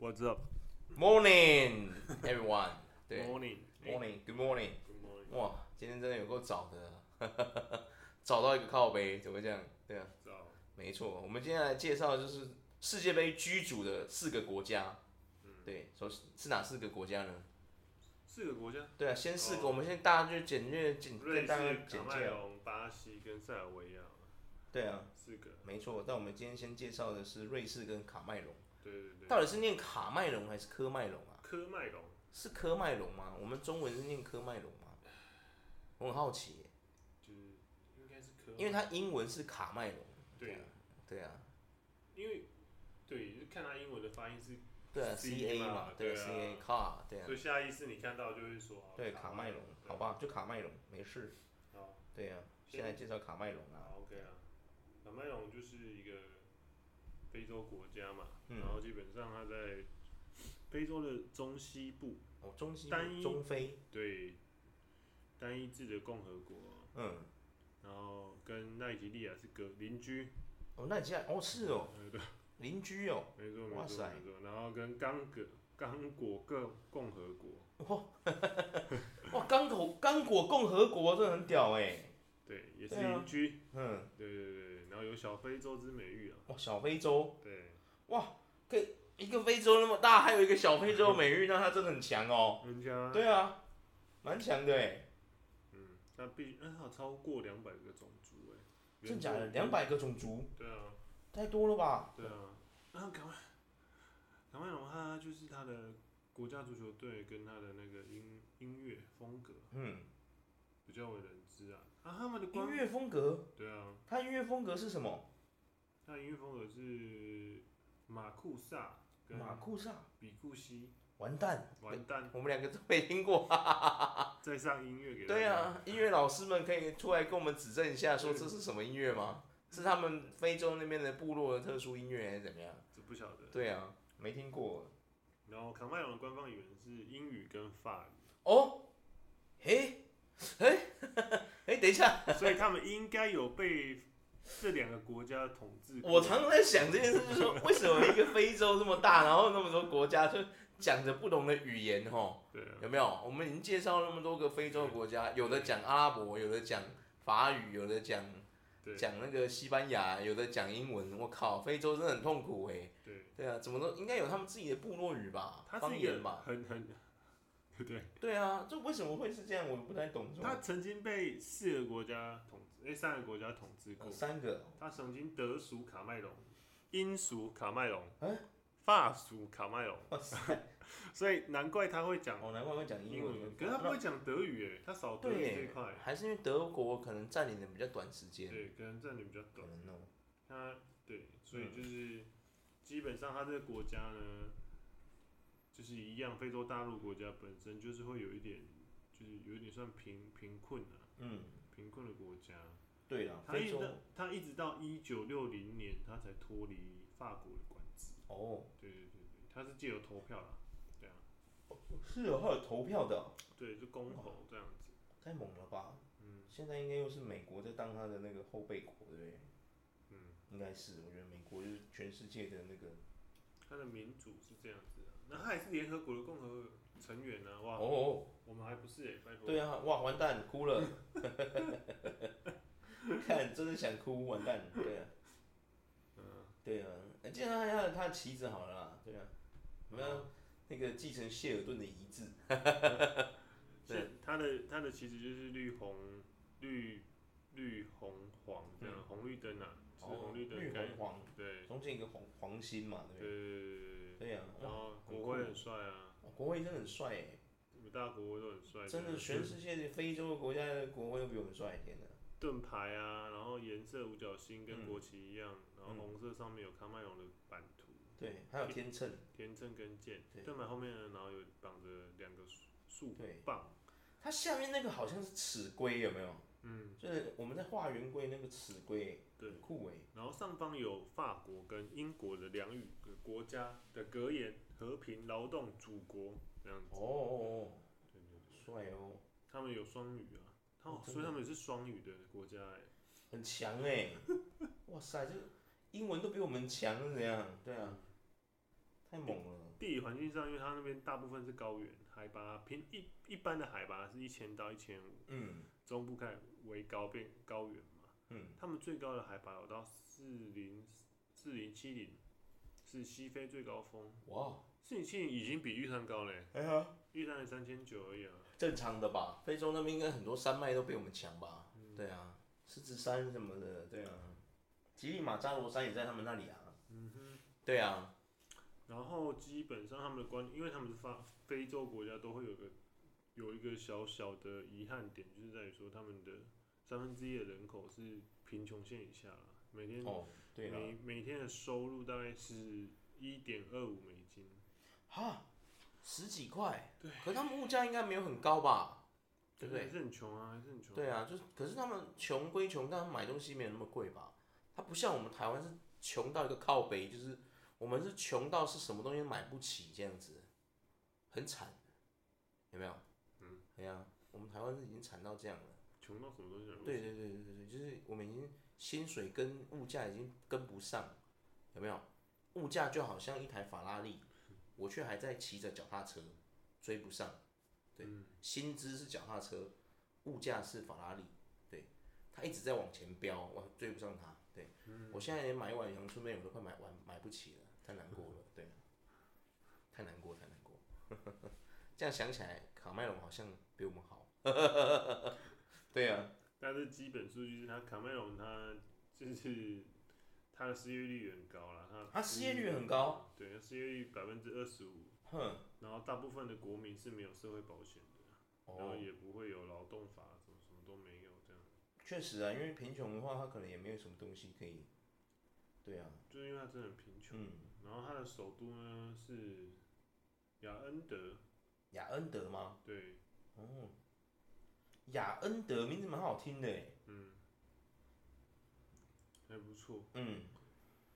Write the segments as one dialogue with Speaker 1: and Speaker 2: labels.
Speaker 1: What's up?
Speaker 2: Morning, everyone. 对
Speaker 1: Morning.
Speaker 2: ，Morning, Good morning.
Speaker 1: Good morning.
Speaker 2: 哇，今天真的有够早的， 找到一个靠背，怎么会这样？对啊，
Speaker 1: 早
Speaker 2: 没错。我们今天来介绍的就是世界杯居主的四个国家。
Speaker 1: 嗯
Speaker 2: 对，首是是哪四个国家呢？
Speaker 1: 四个国家，
Speaker 2: 对啊，先四个，
Speaker 1: 哦
Speaker 2: 我们先大家就简略简
Speaker 1: 瑞士、
Speaker 2: 嗯跟大家
Speaker 1: 卡
Speaker 2: 简
Speaker 1: 麦
Speaker 2: 介。
Speaker 1: 隆、巴西跟塞尔维亚，
Speaker 2: 对啊，
Speaker 1: 四个。
Speaker 2: 没错。但我们今天先介绍的是瑞士跟卡麦隆，
Speaker 1: 对对对。
Speaker 2: 到底是念卡麦隆还是科麦隆啊？
Speaker 1: 科麦隆，
Speaker 2: 是科麦隆吗？我们中文是念科麦隆吗？我很好奇耶、
Speaker 1: 就是应该是科，
Speaker 2: 因为它英文是卡麦隆。
Speaker 1: 对啊，
Speaker 2: 对啊，
Speaker 1: 因为对，就是看他英文的发音是，
Speaker 2: 对啊
Speaker 1: C
Speaker 2: ，C A
Speaker 1: 嘛
Speaker 2: 嘛，
Speaker 1: 对啊
Speaker 2: C A car，对啊
Speaker 1: 所，以下意识你看到就会说啊
Speaker 2: 对卡麦隆，好。吧，就卡麦隆，没事，
Speaker 1: 对好，
Speaker 2: 对啊，
Speaker 1: 先
Speaker 2: 现在介绍卡麦隆啊，
Speaker 1: 好 OK 啊。卡麦隆就是一个非洲国家嘛，
Speaker 2: 嗯
Speaker 1: 然后基本上它在非洲的中西部，
Speaker 2: 哦，中西
Speaker 1: 单一
Speaker 2: 中非，
Speaker 1: 对，单一制的共和国，
Speaker 2: 嗯，
Speaker 1: 然后跟奈及利亚是隔邻居，
Speaker 2: 哦，那你现在哦是哦，
Speaker 1: 呃，对，
Speaker 2: 邻居哦，
Speaker 1: 没错
Speaker 2: 哇
Speaker 1: 没错
Speaker 2: 塞
Speaker 1: 没错，然后跟刚果刚果共共和国，
Speaker 2: 哇，刚果刚果共和国真的很屌哎，
Speaker 1: 对，也是
Speaker 2: 对啊
Speaker 1: 邻居，
Speaker 2: 嗯，
Speaker 1: 对对对对，然后有小非洲之美誉啊，
Speaker 2: 哇，小非洲，
Speaker 1: 对，
Speaker 2: 一个非洲那么大，还有一个小非洲美誉，那它真的很强哦，
Speaker 1: 人家，
Speaker 2: 对啊，蛮强的哎，
Speaker 1: 嗯，那必那好超过两百个种族哎，
Speaker 2: 真假的，
Speaker 1: 原住
Speaker 2: 两
Speaker 1: 民，
Speaker 2: 百个种族，
Speaker 1: 对啊
Speaker 2: 太多了吧？
Speaker 1: 对啊，然后赶快赶快龙他就是他的国家足球队跟他的那个音音乐风格。
Speaker 2: 嗯，
Speaker 1: 比较为人知啊。啊，他们的
Speaker 2: 音
Speaker 1: 官
Speaker 2: 乐风格，
Speaker 1: 对啊，
Speaker 2: 它音乐风格是什么？
Speaker 1: 他的音乐风格是马库萨跟
Speaker 2: 马库萨，
Speaker 1: 比库西。
Speaker 2: 完蛋，
Speaker 1: 完蛋，
Speaker 2: 我们两个都没听过。
Speaker 1: 再上音乐给大家
Speaker 2: 啊对，啊，音乐老师们可以出来跟我们指正一下，说这是什么音乐吗？是他们非洲那边的部落的特殊音乐还是怎么样？
Speaker 1: 这不晓得。
Speaker 2: 对啊，没听过。
Speaker 1: 然后卡麦隆的官方语言是英语跟法语，
Speaker 2: 哦，诶，诶， 诶，等一下，
Speaker 1: 所以他们应该有被这两个国家统治过。
Speaker 2: 我常常在想这件事，就是 说为什么一个非洲这么大，然后那么多国家就讲着不同的语言，吼。
Speaker 1: 对啊，
Speaker 2: 有没有？我们已经介绍那么多个非洲国家，有的讲阿拉伯，有的讲法语，有的讲
Speaker 1: 对
Speaker 2: 讲那个西班牙，有的讲英文。我靠，非洲真的很痛苦哎、
Speaker 1: 对，
Speaker 2: 对啊，怎么都应该有他们自己的部落语吧，
Speaker 1: 他
Speaker 2: 方
Speaker 1: 是一个
Speaker 2: 言吧。
Speaker 1: 很 很，对对，
Speaker 2: 对啊，这为什么会是这样？我不太懂。
Speaker 1: 他曾经被四个国家统治，哎，三个国家统治过
Speaker 2: 哦。三个
Speaker 1: 他曾经德属卡麦隆、英属卡麦隆、
Speaker 2: 欸
Speaker 1: 法属卡麦隆，
Speaker 2: 哇塞，
Speaker 1: 所以难怪他会讲
Speaker 2: 哦，难怪会讲英
Speaker 1: 英
Speaker 2: 文
Speaker 1: 文，。可是他不会讲德语诶，他少德
Speaker 2: 对
Speaker 1: 语这一
Speaker 2: 耶
Speaker 1: 块，，
Speaker 2: 还是因为德国可能占领的比较短时间，
Speaker 1: 对，可能占领比较
Speaker 2: 可
Speaker 1: 短。
Speaker 2: 能哦。
Speaker 1: 他对，所
Speaker 2: 嗯
Speaker 1: 以就是基本上他这个国家呢，就是一样，非洲大陆国家本身就是会有一点，就是有一点算贫贫困啊，
Speaker 2: 嗯，
Speaker 1: 贫困的国家。
Speaker 2: 对啦，
Speaker 1: 他一
Speaker 2: 非
Speaker 1: 直
Speaker 2: 洲
Speaker 1: 到他一直到一九六零年，他才脱离法国的管制。
Speaker 2: 哦，
Speaker 1: 对对对对，他是借由投票啦，对啊，
Speaker 2: 是有还有投票的哦，
Speaker 1: 对，就公投这样子，
Speaker 2: 太猛了吧！
Speaker 1: 嗯
Speaker 2: 现在应该又是美国在当他的那个后备国，对不对？
Speaker 1: 嗯，
Speaker 2: 应该是，我觉得美国就是全世界的那个
Speaker 1: 他的民主是这样子的，那他也是联合国的共和成员啊，哇，
Speaker 2: 哦，
Speaker 1: 我们还不是哎、拜托，
Speaker 2: 对啊，哇，完蛋，哭了， 看，真的想哭，完蛋，对啊，
Speaker 1: 嗯，
Speaker 2: 对啊，哎既然他他他的旗子好了啦，对啊，我们要
Speaker 1: 嗯
Speaker 2: 那个继承谢尔顿的遗志，对
Speaker 1: 是他的他的其实就是绿红绿绿红黄这样，红绿灯啊，是红绿灯
Speaker 2: 嗯哦绿
Speaker 1: 该
Speaker 2: 红黄，
Speaker 1: 对
Speaker 2: 中间一个黄黄心嘛，
Speaker 1: 对
Speaker 2: 对不
Speaker 1: 对
Speaker 2: 对？对啊，
Speaker 1: 然
Speaker 2: 哇，
Speaker 1: 后
Speaker 2: 很
Speaker 1: 国徽
Speaker 2: 酷
Speaker 1: 很帅啊，
Speaker 2: 国徽真的很帅哎，
Speaker 1: 我们大家国徽都很帅，
Speaker 2: 真的，全世界的非洲的国家的国徽都比我们帅，天哪！
Speaker 1: 盾牌啊，然后颜色五角星跟
Speaker 2: 嗯
Speaker 1: 国旗一样，然后红色上面有卡麦隆的版图，
Speaker 2: 对，还有天秤，
Speaker 1: 天秤跟剑
Speaker 2: 对，
Speaker 1: 盾牌后面呢，然后有绑着两个树树
Speaker 2: 对。
Speaker 1: 棒，
Speaker 2: 它下面那个好像是尺龟，有没有？
Speaker 1: 嗯，
Speaker 2: 就是我们在画圆规那个尺龟，
Speaker 1: 对
Speaker 2: 很，酷哎。
Speaker 1: 然后上方有法国跟英国的两语的国家的格言：和平、劳动、祖国这样子。
Speaker 2: 哦哦哦，
Speaker 1: 对对对，
Speaker 2: 帅哦，
Speaker 1: 他们有双语啊，他
Speaker 2: 哦真的
Speaker 1: 所以他们也是双语的国家哎、
Speaker 2: 很强哎。哇塞，这个英文都比我们强是怎样？对啊，太猛了。
Speaker 1: 地理环境上，因为它那边大部分是高原，海拔平一一般的海拔是一千到一千五，
Speaker 2: 嗯
Speaker 1: 中部开始为高变高原嘛，
Speaker 2: 嗯
Speaker 1: 他们最高的海拔有到四零四零七零，是西非最高峰，
Speaker 2: 哇，
Speaker 1: 四零七零已经比玉山高嘞，
Speaker 2: 哎呀，
Speaker 1: 玉山才三千九而已啊，
Speaker 2: 正常的吧？非洲那边应该很多山脉都比我们强吧？对啊，狮子山什么的，对啊，吉力马扎罗山也在他们那里啊。
Speaker 1: 嗯哼。
Speaker 2: 对啊，
Speaker 1: 然后基本上他们的观，因为他们是发非洲国家，都会有个有一个小小的遗憾点，就是在于说他们的三分之一的人口是贫穷线以下啦，每天、
Speaker 2: 哦，对
Speaker 1: 每
Speaker 2: 了，
Speaker 1: 每天的收入大概是一点二五美金，
Speaker 2: 哈，十几块，
Speaker 1: 对，
Speaker 2: 可他们物价应该没有很高吧？对不对
Speaker 1: 还是很穷啊，还是很穷。
Speaker 2: 对啊，就是可是他们穷归穷，但买东西没有那么贵吧？他不像我们台湾是穷到一个靠北，就是我们是穷到是什么东西都买不起这样子，很惨，有没有？
Speaker 1: 嗯，
Speaker 2: 对啊，我们台湾是已经惨到这样了。
Speaker 1: 穷到什么东西都买不啊
Speaker 2: 对
Speaker 1: 起，
Speaker 2: 对对对对，对就是我们已经薪水跟物价已经跟不上，有没有？物价就好像一台法拉利，我却还在骑着脚踏车，追不上。对，
Speaker 1: 嗯
Speaker 2: 薪资是脚踏车，物价是法拉利，对，它一直在往前飙，我追不上它。对，
Speaker 1: 嗯
Speaker 2: 我现在连买一碗阳春面我都快买完买不起了，太难过了，对，啊太难过，太难过。 这样想起来，卡麦隆好像比我们好。 对啊，
Speaker 1: 但是基本数据是他卡梅隆他就是他的失业率很高啦，他
Speaker 2: 他失业率很高，
Speaker 1: 对，他失业率百分之二十五。
Speaker 2: 哼，
Speaker 1: 然后大部分的国民是没有社会保险的，然后
Speaker 2: 哦，
Speaker 1: 也不会有劳动法，什么什么都没有，这样，
Speaker 2: 确实啊，因为贫穷的话，他可能也没有什么东西可以。对啊，
Speaker 1: 就是因为他真的很贫穷。
Speaker 2: 嗯，
Speaker 1: 然后他的首都呢是雅恩德，
Speaker 2: 雅恩德吗？
Speaker 1: 对，
Speaker 2: 哦，雅恩德名字蛮好听的欸耶，
Speaker 1: 嗯，还不错。
Speaker 2: 嗯，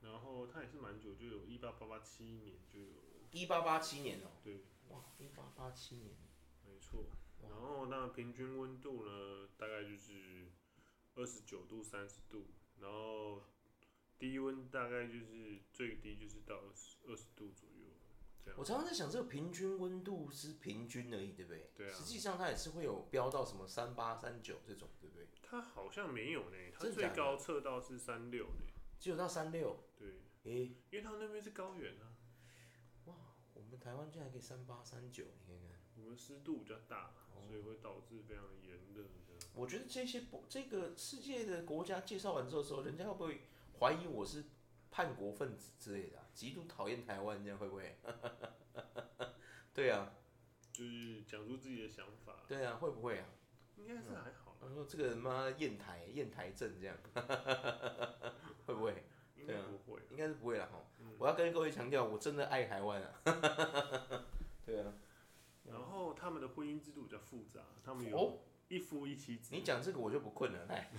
Speaker 1: 然后他也是蛮久，就有一八八八七年就有了，
Speaker 2: 一八八七年哦，
Speaker 1: 对，
Speaker 2: 哇，一八八七年，
Speaker 1: 没错。
Speaker 2: 哇
Speaker 1: 然后那平均温度呢，大概就是二十九度、三十度，然后低温大概就是最低就是到二十二十度左右，这样
Speaker 2: 我。常常在想，这个平均温度是平均而已，对不对？
Speaker 1: 对啊
Speaker 2: 实际上它也是会有飙到什么三八、三九这种，对不对？
Speaker 1: 它好像没有呢，它
Speaker 2: 真的假
Speaker 1: 最
Speaker 2: 的
Speaker 1: 高测到是三六呢。
Speaker 2: 只有到三六，
Speaker 1: 对，
Speaker 2: 诶，
Speaker 1: 因为它那边是高原啊，
Speaker 2: 我们台湾居然可以三八、三九，你看看。
Speaker 1: 我们湿度比较大，
Speaker 2: 哦
Speaker 1: 所以会导致非常炎热的。
Speaker 2: 我觉得这些不这个世界的国家介绍完之后，之后人家会不会怀疑我是叛国分子之类的、啊，极度讨厌台湾，这样会不会？ 对啊，
Speaker 1: 就是讲出自己的想法，
Speaker 2: 对啊，会不会啊？
Speaker 1: 应该是还好啦，
Speaker 2: 他说这个人妈厌台厌台症这样， 会不会？
Speaker 1: 应该不会。
Speaker 2: 应该是不会了哈。我要跟各位强调，我真的爱台湾啊。对啊，
Speaker 1: 然后他们的婚姻制度比较复杂，他们
Speaker 2: 哦
Speaker 1: 有一夫一妻制
Speaker 2: 你，讲这个我就不困了，来，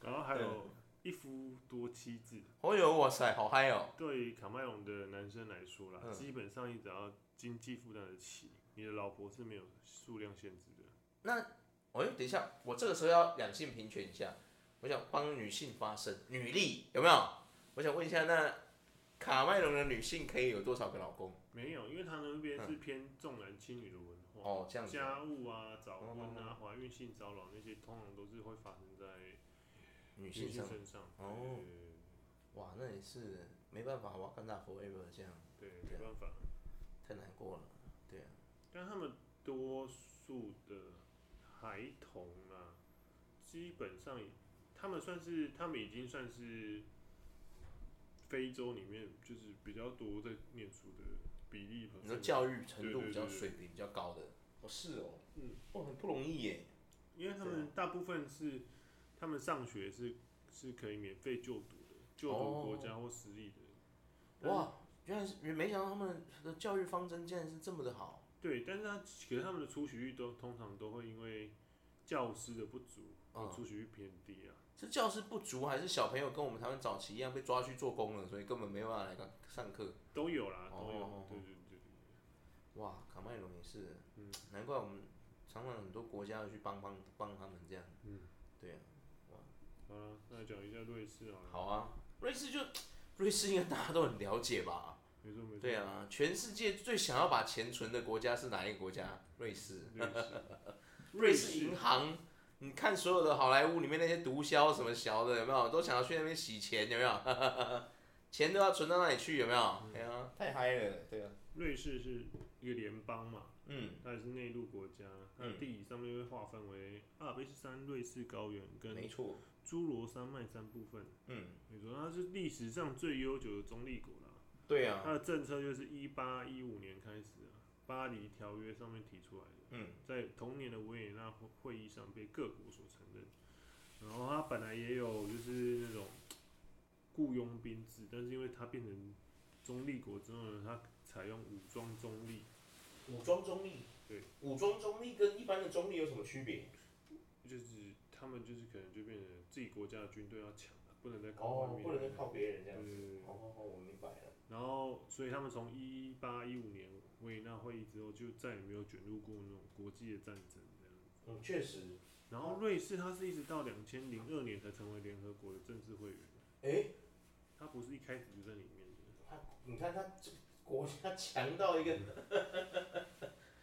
Speaker 1: 然后还有一夫多妻制。
Speaker 2: 哦呦，哇塞，好嗨哦！
Speaker 1: 对于卡麦隆的男生来说啦，
Speaker 2: 嗯
Speaker 1: 基本上你只要经济负担得起，你的老婆是没有数量限制的。
Speaker 2: 哎，等一下，我这个时候要两性平权一下，我想帮女性发声，女力有没有？我想问一下，那卡麦隆的女性可以有多少个老公？
Speaker 1: 没有，因为他那边是偏重男轻女的文化。
Speaker 2: 嗯哦，这样子，哦
Speaker 1: 家务啊、早婚啊、怀孕、性骚扰那些，通常都是会发生在
Speaker 2: 女
Speaker 1: 女
Speaker 2: 性上
Speaker 1: 性，身上。
Speaker 2: 哦哇，那也是没办法，我要干大 forever 这样，
Speaker 1: 对，对，没办法。
Speaker 2: 太难过了。对啊，
Speaker 1: 但他们多数的孩童啊，基本上也他们算是他们已经算是非洲里面就是比较多在念书的比例吧。
Speaker 2: 你说教育程度
Speaker 1: 对对
Speaker 2: 比较
Speaker 1: 对对
Speaker 2: 水平比较高的，哦是哦，
Speaker 1: 嗯，
Speaker 2: 哦很不容易耶，
Speaker 1: 因为他
Speaker 2: 啊
Speaker 1: 们大部分是他们上学是是可以免费就读的，就读国家或私立的。但是
Speaker 2: 哦哇，原来是没想到他们的教育方针竟然是这么的好，
Speaker 1: 对，但是他可是他们的出席率都通常都会因为教师的不足，
Speaker 2: 嗯
Speaker 1: 出席率偏低啊。
Speaker 2: 是教师不足，还是小朋友跟我们台湾早期一样被抓去做工了，所以根本没办法来上上课？
Speaker 1: 都有啦，
Speaker 2: 哦
Speaker 1: 都有，
Speaker 2: 哦哦
Speaker 1: 对对对，
Speaker 2: 哇，卡麦隆也是，嗯难怪我们常常很多国家要去帮帮帮他们这样。
Speaker 1: 嗯，
Speaker 2: 对啊，
Speaker 1: 好
Speaker 2: 嗯
Speaker 1: 了，那讲一下瑞士好了，
Speaker 2: 好啊，瑞士就瑞士应该大家都很了解吧？
Speaker 1: 没错没错。
Speaker 2: 对，啊，全世界最想要把钱存的国家是哪一个国家？瑞士。
Speaker 1: 瑞士，
Speaker 2: 瑞士银行，你看所有的好莱坞里面那些毒枭什么小的有没有，都想要去那边洗钱有没有？ 钱都要存到那里去有没有？对啊，太嗨了，对啊，
Speaker 1: 瑞士是一个联邦嘛，
Speaker 2: 嗯，
Speaker 1: 它也是内陆国家，它的
Speaker 2: 嗯
Speaker 1: 地理上面会划分为阿尔卑斯山、瑞士高原跟
Speaker 2: 没错，
Speaker 1: 侏罗山脉三部分。
Speaker 2: 嗯，
Speaker 1: 没错，它是历史上最悠久的中立国啦。
Speaker 2: 对
Speaker 1: 它
Speaker 2: 啊，
Speaker 1: 的政策就是一八一五年开始啊，巴黎条约上面提出来的，
Speaker 2: 嗯，
Speaker 1: 在同年的维也纳会议上被各国所承认。然后它本来也有就是那种雇佣兵制，但是因为它变成中立国之后呢，它采用武装中立，
Speaker 2: 武装中立，
Speaker 1: 对，
Speaker 2: 武装中立跟一般的中立有什么区别？
Speaker 1: 就是他们就是可能就变成自己国家的军队要强了，不能再靠外面，
Speaker 2: 哦再靠别人这
Speaker 1: 对对对对
Speaker 2: 哦，我明白了，
Speaker 1: 然后，所以他们从一八一五年维也纳会议之后，就再也没有卷入过那种国际的战争这样子。
Speaker 2: 嗯，确实，
Speaker 1: 然后瑞士，它是一直到两千零二年才成为联合国的正式会员，
Speaker 2: 哎、
Speaker 1: 它不是一开始就在里面的。
Speaker 2: 他，你看他这个国家强到一个，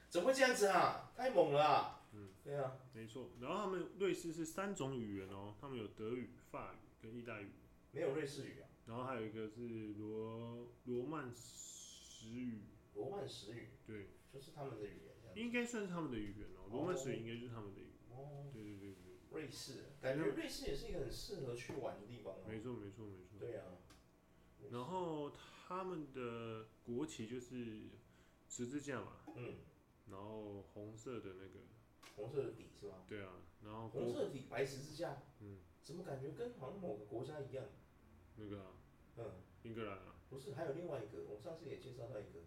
Speaker 2: 怎么会这样子啊？太猛了、
Speaker 1: 嗯，
Speaker 2: 对啊，
Speaker 1: 没错。然后他们瑞士是三种语言哦，他们有德语、法语跟意大利语，
Speaker 2: 没有瑞士语啊，
Speaker 1: 然后还有一个是罗罗曼史语，
Speaker 2: 罗曼史语
Speaker 1: 对，
Speaker 2: 就是他们的语言这样子。
Speaker 1: 应该算是他们的语言哦。罗曼史语应该就是他们的语言。
Speaker 2: 哦，
Speaker 1: 对对对对，
Speaker 2: 瑞士，感觉瑞士也是一个很适合去玩的地方
Speaker 1: 没
Speaker 2: 哦。
Speaker 1: 错没错没错。
Speaker 2: 对啊，瑞士
Speaker 1: 然后他们的国旗就是十字架嘛，
Speaker 2: 嗯，
Speaker 1: 然后红色的那个，
Speaker 2: 红色的底是吗？
Speaker 1: 对啊，然后
Speaker 2: 红
Speaker 1: 国
Speaker 2: 色的底，白十字架，
Speaker 1: 嗯
Speaker 2: 怎么感觉跟好像某个国家一样？
Speaker 1: 那个、啊、
Speaker 2: 嗯，
Speaker 1: 英格兰啊，
Speaker 2: 不是，还有另外一个，我上次也介绍到一个，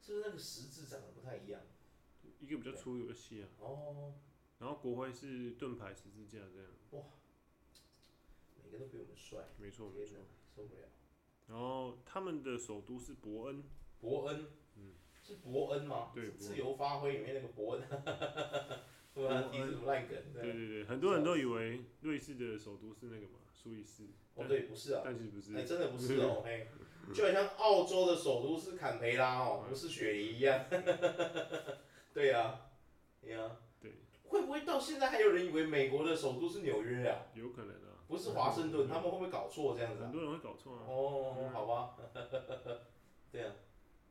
Speaker 2: 是不是那个十字长得不太一样？
Speaker 1: 一个比较粗，一个比较细啊。
Speaker 2: 哦，
Speaker 1: 然后国徽是盾牌十字架这样，
Speaker 2: 每个都比我们帅。
Speaker 1: 没错没
Speaker 2: 天
Speaker 1: 错
Speaker 2: 哪。，受不了。
Speaker 1: 然后他们的首都是伯恩，
Speaker 2: 伯恩，
Speaker 1: 嗯
Speaker 2: 是伯恩吗？
Speaker 1: 对
Speaker 2: 是
Speaker 1: 伯恩
Speaker 2: 自由发挥里面那个伯恩，啊对吧？提什么烂梗？
Speaker 1: 对对对，很多人
Speaker 2: 啊
Speaker 1: 都以为瑞士的首都是那个嘛苏黎世，
Speaker 2: 哦，对，不是啊，
Speaker 1: 但其实不是
Speaker 2: 哎、，真的不是哦，哎、就好像澳洲的首都是坎培拉哦，不是雪梨一样。 对啊，对啊，
Speaker 1: 对，
Speaker 2: 会不会到现在还有人以为美国的首都是纽约啊？
Speaker 1: 有可能啊，
Speaker 2: 不是华盛顿，
Speaker 1: 嗯
Speaker 2: 他们会不会搞错这样子
Speaker 1: 很
Speaker 2: 啊？
Speaker 1: 多人会搞错啊，
Speaker 2: 哦，好吧，对啊。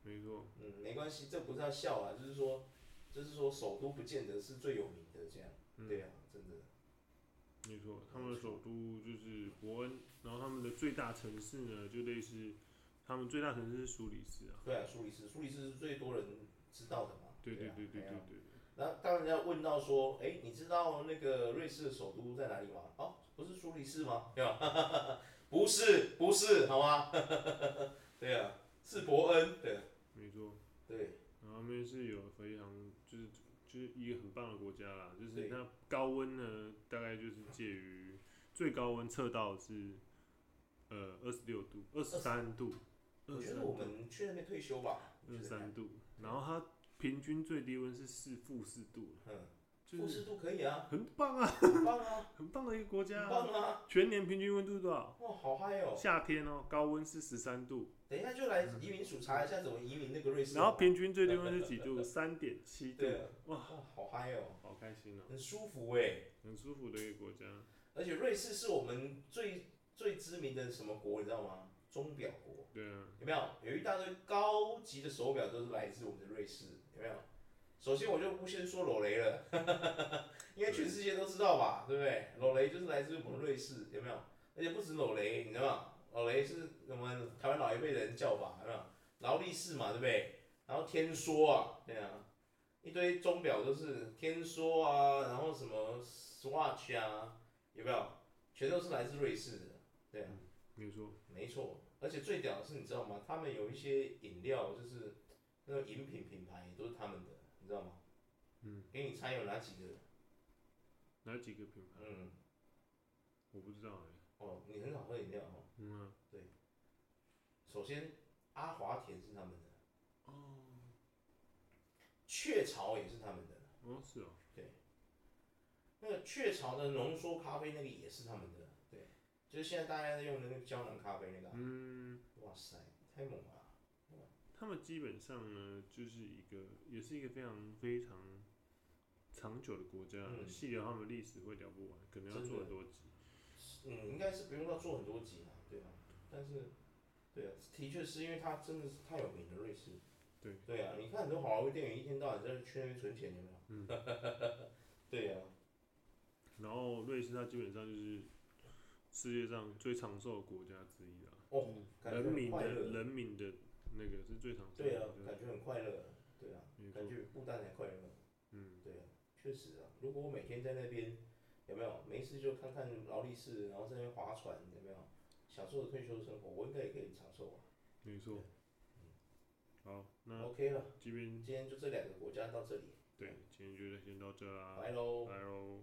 Speaker 1: 没错，
Speaker 2: 嗯，没关系，这不是要笑啊，就是说，就是说首都不见得是最有名的这样，
Speaker 1: 嗯
Speaker 2: 对啊，真的，
Speaker 1: 没错，他们的首都就是伯恩，然后他们的最大城市呢，就类似他们最大城市是苏黎世啊。
Speaker 2: 对啊，苏黎世，苏黎世是最多人知道的嘛，
Speaker 1: 对对
Speaker 2: 啊
Speaker 1: 对对对
Speaker 2: 啊
Speaker 1: 对，
Speaker 2: 那当人家问到说，哎、你知道那个瑞士的首都在哪里吗？哦，不是苏黎世吗？ 对吧？不是，不是，好吗？ 对啊，是伯恩，对啊
Speaker 1: 没错。
Speaker 2: 对，
Speaker 1: 然后他们是有非常就是就是一个很棒的国家啦，就是
Speaker 2: 对
Speaker 1: 它高温呢，大概就是介于最高温测到是呃二十六度、二十三度、
Speaker 2: 我
Speaker 1: 二
Speaker 2: 觉
Speaker 1: 三
Speaker 2: 得我
Speaker 1: 度、
Speaker 2: 们去那边退休吧，
Speaker 1: 二
Speaker 2: 就是
Speaker 1: 三度，然后它平均最低温是四负四度，
Speaker 2: 嗯，
Speaker 1: 就
Speaker 2: 富
Speaker 1: 是
Speaker 2: 士度可 以啊，
Speaker 1: 很棒啊，
Speaker 2: 很棒啊，
Speaker 1: 很棒的一个国
Speaker 2: 很
Speaker 1: 家啊、
Speaker 2: 棒啊，
Speaker 1: 全年平均温度多少？
Speaker 2: 哇，好嗨哦、
Speaker 1: 夏天哦，高温是十三度，
Speaker 2: 等一下就来移民署查一下怎么移民那个瑞士。
Speaker 1: 嗯
Speaker 2: 哦
Speaker 1: 然后平均最低温是几 度？三点七度
Speaker 2: 对，啊，哇，
Speaker 1: 哇，
Speaker 2: 好嗨哦，
Speaker 1: 好开心哦，
Speaker 2: 很舒服哎。
Speaker 1: 很舒服的一个国家。啊
Speaker 2: 而且瑞士是我们最最知名的什么国，你知道吗？钟表国，
Speaker 1: 对啊，
Speaker 2: 有没有？有一大堆高级的手表都是来自我们的瑞士，有没有？首先我就不先说裸雷了， 因为全世界都知道吧，对不对？裸雷就是来自我们瑞士，有没有？而且不止裸雷，你知道吗？裸雷是我们台湾老一辈人叫法，有没有？劳力士嘛，对不对？然后天梭啊，对啊，一堆钟表都是天梭啊，然后什么 Swatch 啊，有没有？全都是来自瑞士的，对啊。
Speaker 1: 没错，
Speaker 2: 没错，而且最屌的是，你知道吗？他们有一些饮料，就是那种饮品品牌也都是他们的，你知道吗？
Speaker 1: 嗯，
Speaker 2: 给你猜有哪几个？
Speaker 1: 哪几个品牌？
Speaker 2: 嗯，
Speaker 1: 我不知道哎。
Speaker 2: 哦，你很少喝饮料哦。
Speaker 1: 嗯啊，
Speaker 2: 首先，阿华田是他们的，
Speaker 1: 哦，
Speaker 2: 雀巢也是他们的，
Speaker 1: 哦是哦，
Speaker 2: 那个雀巢的浓缩咖啡那个也是他们的，对，就是现在大家在用的那个胶囊咖啡那个啊、
Speaker 1: 嗯，
Speaker 2: 哇塞，太猛了啊、哇
Speaker 1: 他们基本上呢，就是一个也是一个非常非常长久的国家，
Speaker 2: 嗯
Speaker 1: 细聊他们历史会聊不完，可能要
Speaker 2: 真的
Speaker 1: 做很多集。
Speaker 2: 嗯，应该是不用到做很多集啊，对啊，但是，对啊，的确是因为它真的是太有名了，瑞士。
Speaker 1: 对。
Speaker 2: 对啊，你看很多华为店员一天到晚在去那边存钱，有没有？
Speaker 1: 嗯。
Speaker 2: 对啊，
Speaker 1: 然后瑞士它基本上就是世界上最长寿的国家之一啦，
Speaker 2: 哦，感觉
Speaker 1: 人
Speaker 2: 很
Speaker 1: 民
Speaker 2: 快
Speaker 1: 的
Speaker 2: 乐。
Speaker 1: 人民的那个是最长寿的。
Speaker 2: 对啊，感觉很快乐。对啊，
Speaker 1: 没错
Speaker 2: 感觉比不丹还快乐。
Speaker 1: 嗯，
Speaker 2: 对啊，确实啊，如果我每天在那边，有没有没事就看看劳力士，然后在那边划船，有没有享受退休生活，我应该也可以长寿啊。
Speaker 1: 没错。好，那
Speaker 2: OK 了，
Speaker 1: 这边
Speaker 2: 今天就这两个国家到这里，
Speaker 1: 对，今天就先到这啦，
Speaker 2: 拜喽。
Speaker 1: 拜喽。